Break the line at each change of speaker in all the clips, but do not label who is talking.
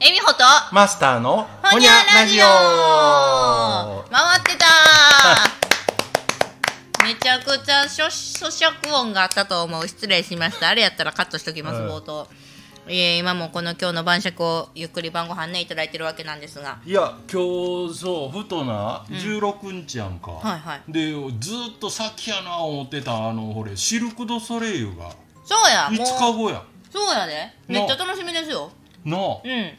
えみほと、
マスターの
ほにゃラジオ回 ってたーめちゃくちゃ咀咀嚼音があったと思う。失礼しました。あれやったらカットしときます、
うん
冒頭。いえ、今もこの今日の晩酌をゆっくり晩ご飯ね、いただいてるわけなんですが。
いや今日そうふとな16日やんか、
はいはい
でずーっとさっきやな思ってたあのほれシルク・ドゥ・ソレイユが
そうや、
5
もう、
日後や
そうやで。めっちゃ楽しみですよ。
なあ
うん。うん。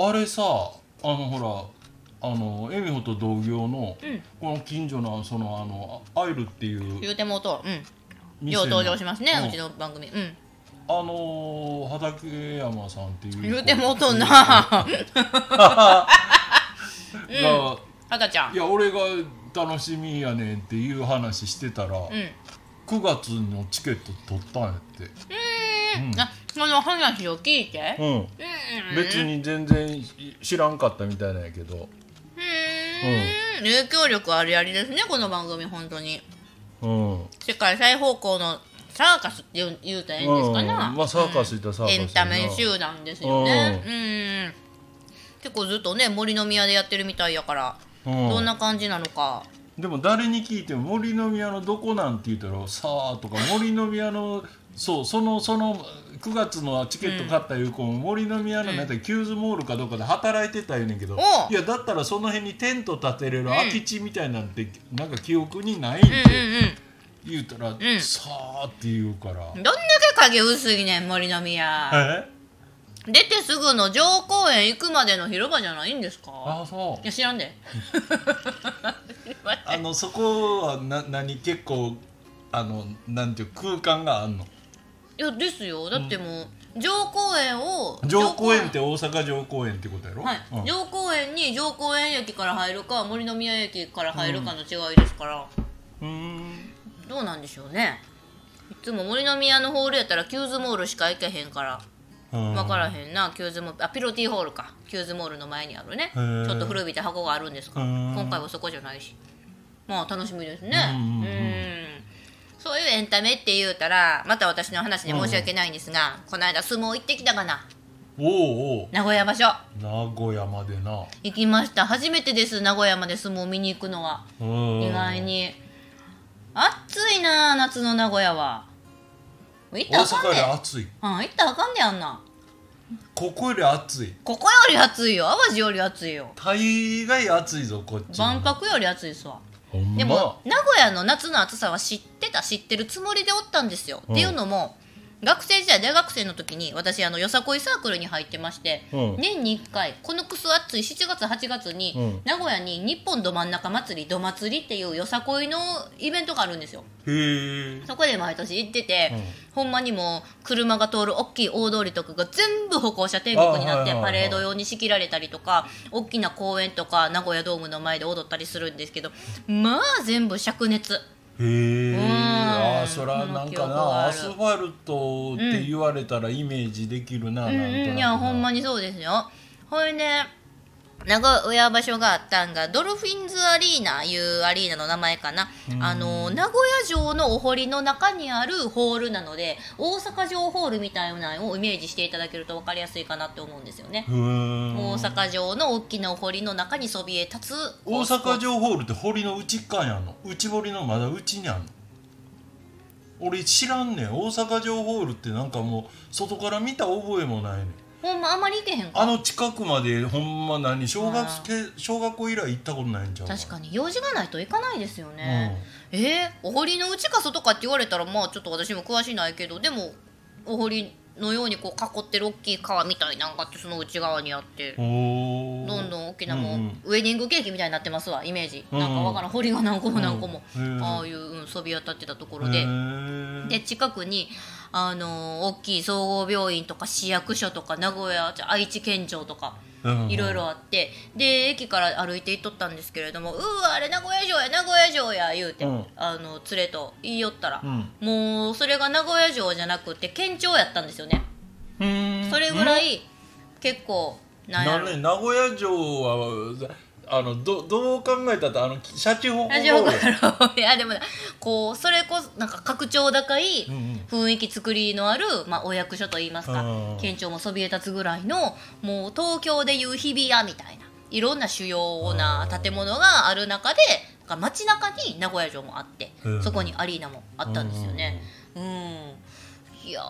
あれさあのほらあの恵美穂と同業の、この近所のそのあのアイルっていう
言うてもうと、うん。
店
よ
の
う登場しますね、
ん
うちの番組。うん。
あのー畠山さんっていう
言うてもうと んな。
が、
あたちゃん。
いや俺が楽しみやねんっていう話してたら、
うん。
9月のチケット取ったんやって、うん
あその話を聞いて、
うん、
うん
別に全然知らんかったみたいなんやけど、
うーん影響力ありありですねこの番組本当に
うん、
世界最方向のサーカスって言う言うたらいいんですかね、
うんまあサーカス言ったらサーカス
エ
やな
ンタメ集団ですよねうん結構ずっとね森の宮でやってるみたいやから、
うん
どんな感じなのか
でも誰に聞いても森の宮のどこなんて言ったら「さあ」とか「森の宮のそうそのその9月のチケット買ったいう子も森の宮のなんてキューズモールかどっかで働いてたよねんけど、
おう
いやだったらその辺にテント建てれる空き地みたいなんてなんか記憶にないん
う
で
んうん
言うたら「
ん
さあ」って言うから
うんどんだけ影薄いねん森の宮
え
出てすぐの城公園行くまでの広場じゃないんですか
あそう
いや知らんで知りません
あのそこはな何結構あのなんていう空間があんの
いやですよだってもう城公園を
上公園って大阪上公園ってことやろ、
はい
うん
城公園に城公園駅から入るか森の宮駅から入るかの違いですから、
うーん
どうなんでしょうねいつも森の宮のホールやったらキューズモールしか行けへんから
うん
分からへんなキューズモールあピロティホールかキューズモールの前にあるねち
ー
ょっと古びた箱があるんですが
うーん
今回はそこじゃないしまあ楽しみですね
うんうんうん
うんそういうエンタメって言うたらまた私の話で申し訳ないんですが、この間相撲行ってきたかな
おうおう
名古屋場所
名古屋までな
行きました初めてです名古屋まで相撲見に行くのは
意
意外に暑いなあ夏の名古屋は行った
大
らあかん
阪よ
で、
り
ね、
暑い
うん行ったらあかんであんな
ここより暑い
ここより暑いよ淡路より暑いよ
大概暑いぞこっち
万博より暑いっすわ
ほんま
でも、名古屋の夏の暑さは知ってた知ってるつもりでおったんですよ、
うん
っていうのも学生時代大学生の時に私あのよさこいサークルに入ってまして、
うん
年に1回このクソ暑い7月8月に、
うん
名古屋に日本ど真ん中祭りど祭りっていうよさこいのイベントがあるんですよ
へえ
そこで毎年行ってて、
うん
ほんまにもう車が通る大きい大通りとかが全部歩行者天国になって
あはいはいはい
パレード用に仕切られたりとか大きな公園とか名古屋ドームの前で踊ったりするんですけどまあ全部灼熱
へえ
うん
あーそらなん
記憶が
かな
あ
ア
る
スファルトって言われたらイメージできるな,、
う
なん
う
んとなくなん
いやほんまにそうですよほいで名古屋場所があったんがドルフィンズアリーナいうアリーナの名前かな、あの名古屋城のお堀の中にあるホールなので大阪城ホールみたいなのをイメージしていただけると分かりやすいかなって思うんですよね
う、ーん
大阪城の大きなお堀の中にそびえ立つ
大阪城ホールって堀の内っ側にあんの内堀のまだ内にあんの俺知らんねん大阪城ホールってなんかもう外から見た覚えもないねん
ほんまあんまり行けへんか
あの近くまでほんま何小学生小学校以来行ったことないんちゃう
確かに用事がないと行かないですよね、えー、お堀の内か外かって言われたらまあちょっと私も詳しいないけどでもお堀のようにこう囲ってる大きい川みたいなんがあってその内側にあって
おお
どんど
ん
ん大きなもう、
うん
ウェディングケーキみたいになってますわイメージ、
うん
なんかわからん堀が何個も何個も、
うんへー
ああいう、うん、そびえ立ってたとこ
こ
ろで、で
で
近くに、あのー大きい総合病院とか市役所とか名古屋じゃ愛知県庁とかいろいろあってで駅から歩いて行っとったんですけれども「うわあれ名古屋城や名古屋城や」言うて、
うん
あの連れと言いよったら、
うん
もうそれが名古屋城じゃなくて県庁やったんですよね。
うん
それぐらい結構なんや
何
ろ
ね名古屋城はあのどどう考えたってあのシャチホコホ
ラジオからいやでもねこうそれこそなんか拡張高い
うんうん
雰囲気作りのある、まあ、お役所といいますか
うん
県庁もそびえ立つぐらいのもう東京でいう日比谷みたいないろんな主要な建物がある中でなんか街中に名古屋城もあって
うん
そこにアリーナもあったんですよね。うんいや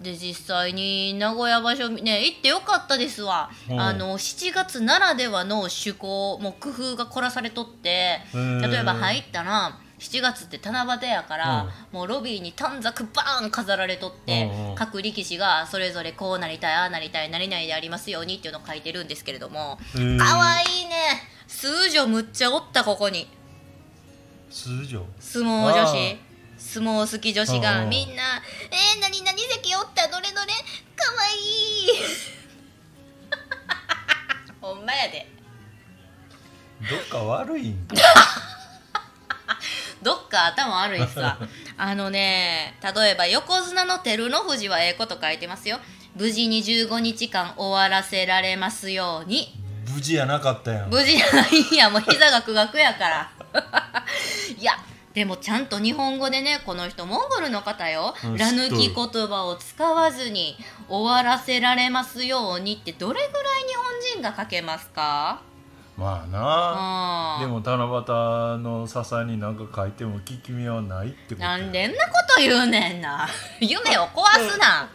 ーで実際に名古屋場所ね行ってよかったですわ、
うん
あの7月ならではの趣向もう工夫が凝らされとって
へー
例えば入ったら7月って七夕やから、もうロビーに短冊バーン飾られとって、
うんうん
各力士がそれぞれこうなりたいああなりたい何々でありますようにっていうのを書いてるんですけれども
うん
かわいいね数女むっちゃおったここに。
通常
相撲女
あ
子
ー
相撲好き女子
う
が
ん
みんな「えー、何何関おったどれどれかわいい」 ほんまやで
どっか悪いんか
どっか頭悪いっす わあのね例えば横綱の照ノ富士はええこと書いてますよ無事に15日間終わらせられますように
無事やなかったやん
無事じゃないんやもう膝がくがくやから いやでもちゃんと日本語でねこの人モンゴルの方よ
うん
裏抜き言葉を使わずに終わらせられますようにってどれぐらい日本人が書けますか
まあな
あ
で
ー
も七夕の笹に何か書いても効き目はないってこと
な
や
んでんなこと言うねんな 夢を壊すな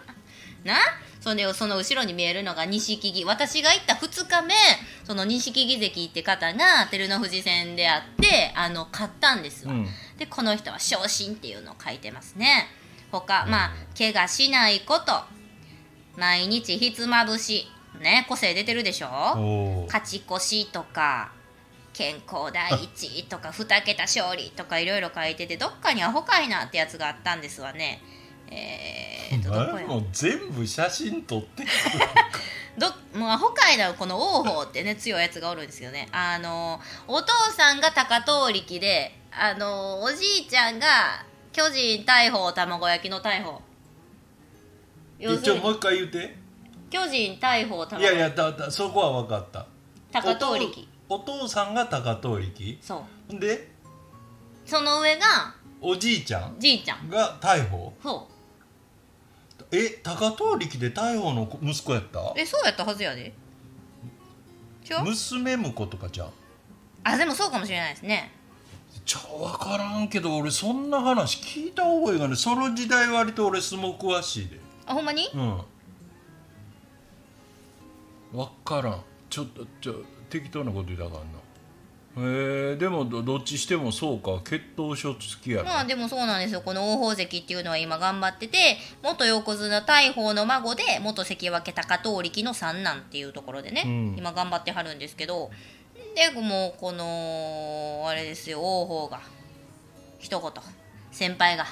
なそれをその後ろに見えるのが錦木私が行った2日目その錦木関って方が照ノ富士戦であってあの勝ったんです
う
わ、
ん
でこの人は昇進っていうのを書いてますね他まあ怪我しないこと毎日ひつまぶしね個性出てるでしょ
おお
勝ち越しとか健康第一とか二桁勝利とかいろいろ書いててどっかにアホかいなってやつがあったんですわねえー、っとどこや
もう全部写真撮ってく
どもうアホかいなこの王鵬ってね強いやつがおるんですよねあのお父さんが高遠力であのおじいちゃんが巨人大砲卵焼きの大砲要
る
す
一
る
応もう
に
一回言うて
巨人大砲卵
いやいやだだそこは分かった
高遠力
お父お父さんが高遠力
そう
で
その上が
おじいちゃん
じいちゃん
が大砲
そ
え高遠力で大砲の息子やった
うえそうやったはずやでちょ
娘婿とかじゃん
あでもそうかもしれないですね
ちょ分からんけど俺そんな話聞いた覚えがねその時代割と俺相撲詳しいで
あほんまに
うん分からんちょっとちょ適当なこと言うたらあかんなえー、でもどどっちしてもそうか血統書付きやろ
まあでもそうなんですよこの王鵬関っていうのは今頑張ってて元横綱大鵬の孫で元関脇高遠力の三男っていうところでね、
うん
今頑張ってはるんですけどでもうこのあれですよ王鵬が一言先輩が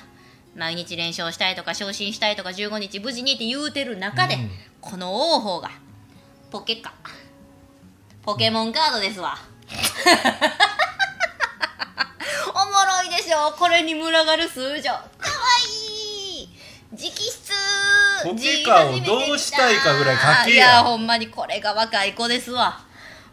毎日連勝したいとか昇進したいとか15日無事にって言うてる中で、
うん
この王鵬がポケカポケモンカードですわ。おもろいでしょこれに群がる数女かわいい直筆
ポケカをどうしたいかぐらい書
い
けや
やほんまにこれが若い子ですわ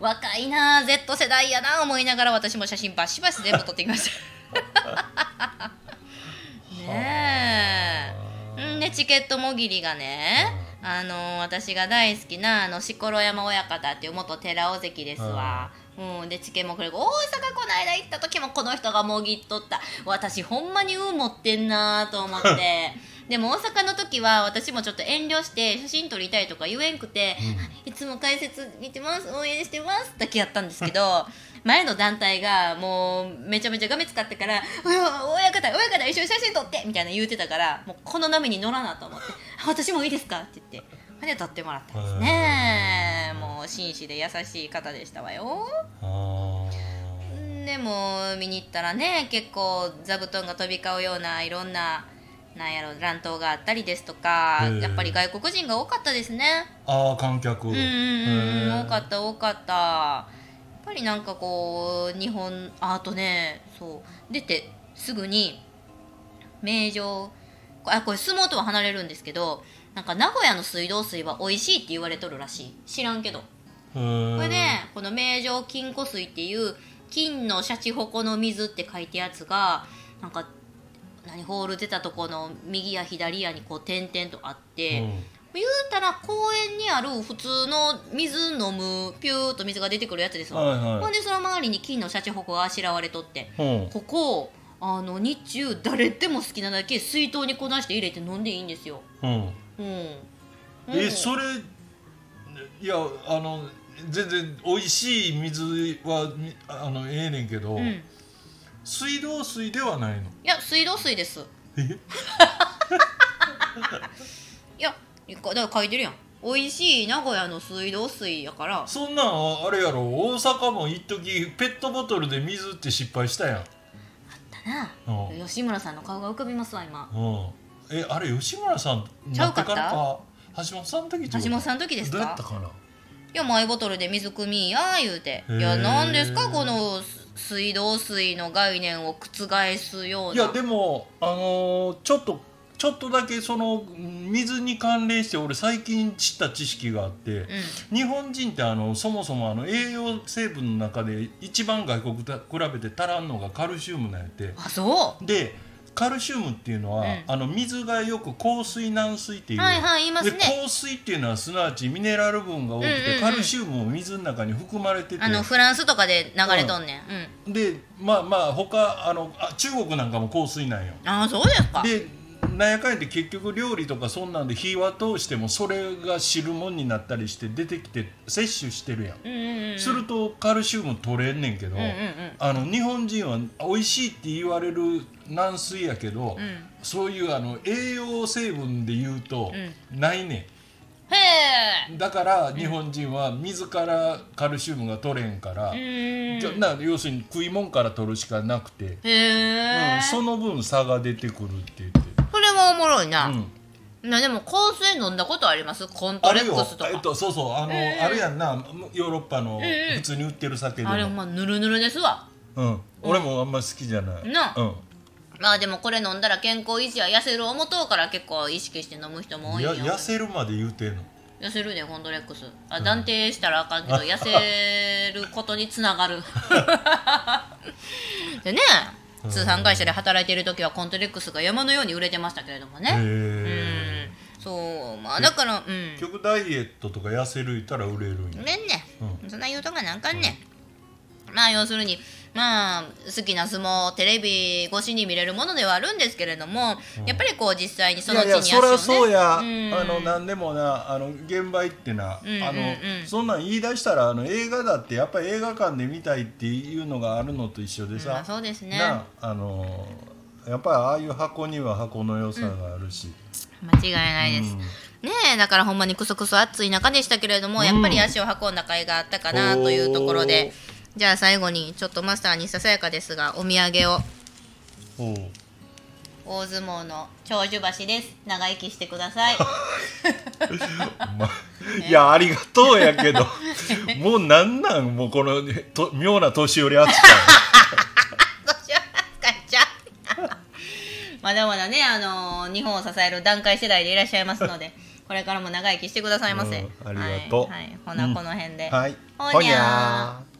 若いなあ Z 世代やなあ思いながら私も写真バシバシ全部撮ってきました ねえんでチケットもぎりがねあのー私が大好きなあの錣山親方っていう元寺尾関ですわ、うん、でチケもくれ大阪この間行った時もこの人がもぎっとった私ほんまに運持ってんなと思ってでも大阪の時は私もちょっと遠慮して写真撮りたいとか言えんくて、いつも解説見てます応援してますだけやったんですけど前の団体がもうめちゃめちゃ画面使ってから「うわ親方親方一緒に写真撮って!」みたいな言うてたからもうこの波に乗らなと思って「あ私もいいですか?」って言ってあれ撮ってもらったんですねもう紳士で優しい方でしたわよ
あ
でも見に行ったらね結構座布団が飛び交うようないろんななんやろ乱闘があったりですとか
へー
やっぱり外国人が多かったですね
ーあー観客
うんうんうん多か
た
った多かったやっぱりなんかこう日本ああとねそう出てすぐに名城あこれ相撲とは離れるんですけどなんか名古屋の水道水は美味しいって言われとるらしい知らんけど
こ
これで、この名城金湖水っていう金のシャチホコの水って書いたやつがなんか何ホール出たとこの右や左やにこう点々とあって、言うたら公園にある普通の水飲むピューっと水が出てくるやつですわ、
はいはい
ほんでその周りに金のシャチホコがあしらわれとって、
うん
ここあの日中誰でも好きなだけ水筒にこなして入れて飲んでいいんですよ、
うん
うん、う
え
ん
それいやあの全然美味しい水はみあのええねんけど、
うん、い
水道水ではないの
や水道水です
え
いやいかだから書いてるやん美味しい名古屋の水道水やから
そんなんあれやろ大阪も一時ペットボトルで水って失敗したやん
だな
うん
吉村さんの顔が浮かびますわ今
うんえあれ吉村さん
ちゃうかった
あ橋本さんの時ちゃ
橋
うか
本さんの時です
どうやっ
か
たかない
やマイボトルで水汲みや言うて
へー
いや何ですかこの水道水の概念を覆すようない
やでもあのーちょっとちょっとだけその水に関連して俺最近知った知識があって、
う
日本人ってあのそもそもあの栄養成分の中で一番外国と比べて足らんのがカルシウムなんやって
んあそ
でカルシウムっていうのは、
うん
あの水がよく硬水軟水っていうう、
はいはい言います
で
ね
硬水っていうのはすなわちミネラル分が多くて、
うんうんうん
カルシウムも水の中に含まれてて
あのフランスとかで流れとんねん、うん
でまあまあ他あのあ中国なんかも硬水なんよ
ああそうですか
でなんやかんやで結局料理とかそんなんで火は通してもそれが汁物になったりして出てきて摂取してるやん
うんうんうん
するとカルシウム取れんねんけど、
うんうんうん
あの日本人は美味しいって言われる軟水やけど、
うん
そういうあの栄養成分で言うとないね
へ
んだから日本人は水からカルシウムが取れんから、
え
じゃ
うん
な要するに食い物から取るしかなくて、
へえ、
うんその分差が出てくるって言って、
それはおもろいうな、
ん、
なでも香水飲んだことありますコント
あ
レ
れ
ッ
よ
クスとかあ
え
れ,、
っと、そうそうあの、
ええ
あれやんなヨーロッパの
ええ
普通に売ってる酒でも、
ほんまぬるぬるですわ
うん、俺もあんま好きじゃない、
なあ
うん
まあでもこれ飲んだら健康維持や痩せる思とうから結構意識して飲む人も多いん
や
よ
痩せるまで言うてんの
痩せるでコントレックスあ断定したらあかんけど、痩せることにつながる でね通販会社で働いている時はコントレックスが山のように売れてましたけれどもねう
へ
んそうまあだからうん
え結局ダイエットとか痩せる言ったら売れるんや
ごめんね、
う
そんな言うとかなんかんね、ん、まあ要するにまあ好きな相撲テレビ越しに見れるものではあるんですけれども、やっぱりこう実際にその地
い
に
やいや
足
そりゃ
を
そうや、
ねん
あの何でもなあの現場行ってな、
うんうんうん
あのそんなん言い出したらあの映画だってやっぱり映画館で見たいっていうのがあるのと一緒で
ま
さ
あ、そうですね
なあのやっぱりああいう箱には箱の良さがあるし、
間違いないです、ねえだからほんまにクソクソ暑い中でしたけれども、やっぱり足を運んだ甲斐があったかなというところでじゃあ最後にちょっとマスターにささやかですがお土産を
おう
大相撲の長寿橋です長生きしてください
まいやありがとうやけ どもうなんなんもうこのと妙な年寄り扱い
どうしようかいちゃんまだまだね、あのー日本を支える団塊世代でいらっしゃいますのでこれからも長生きしてくださいませ、
うんありがとう
はいはい、ほなこの辺で、
はい
ほにゃー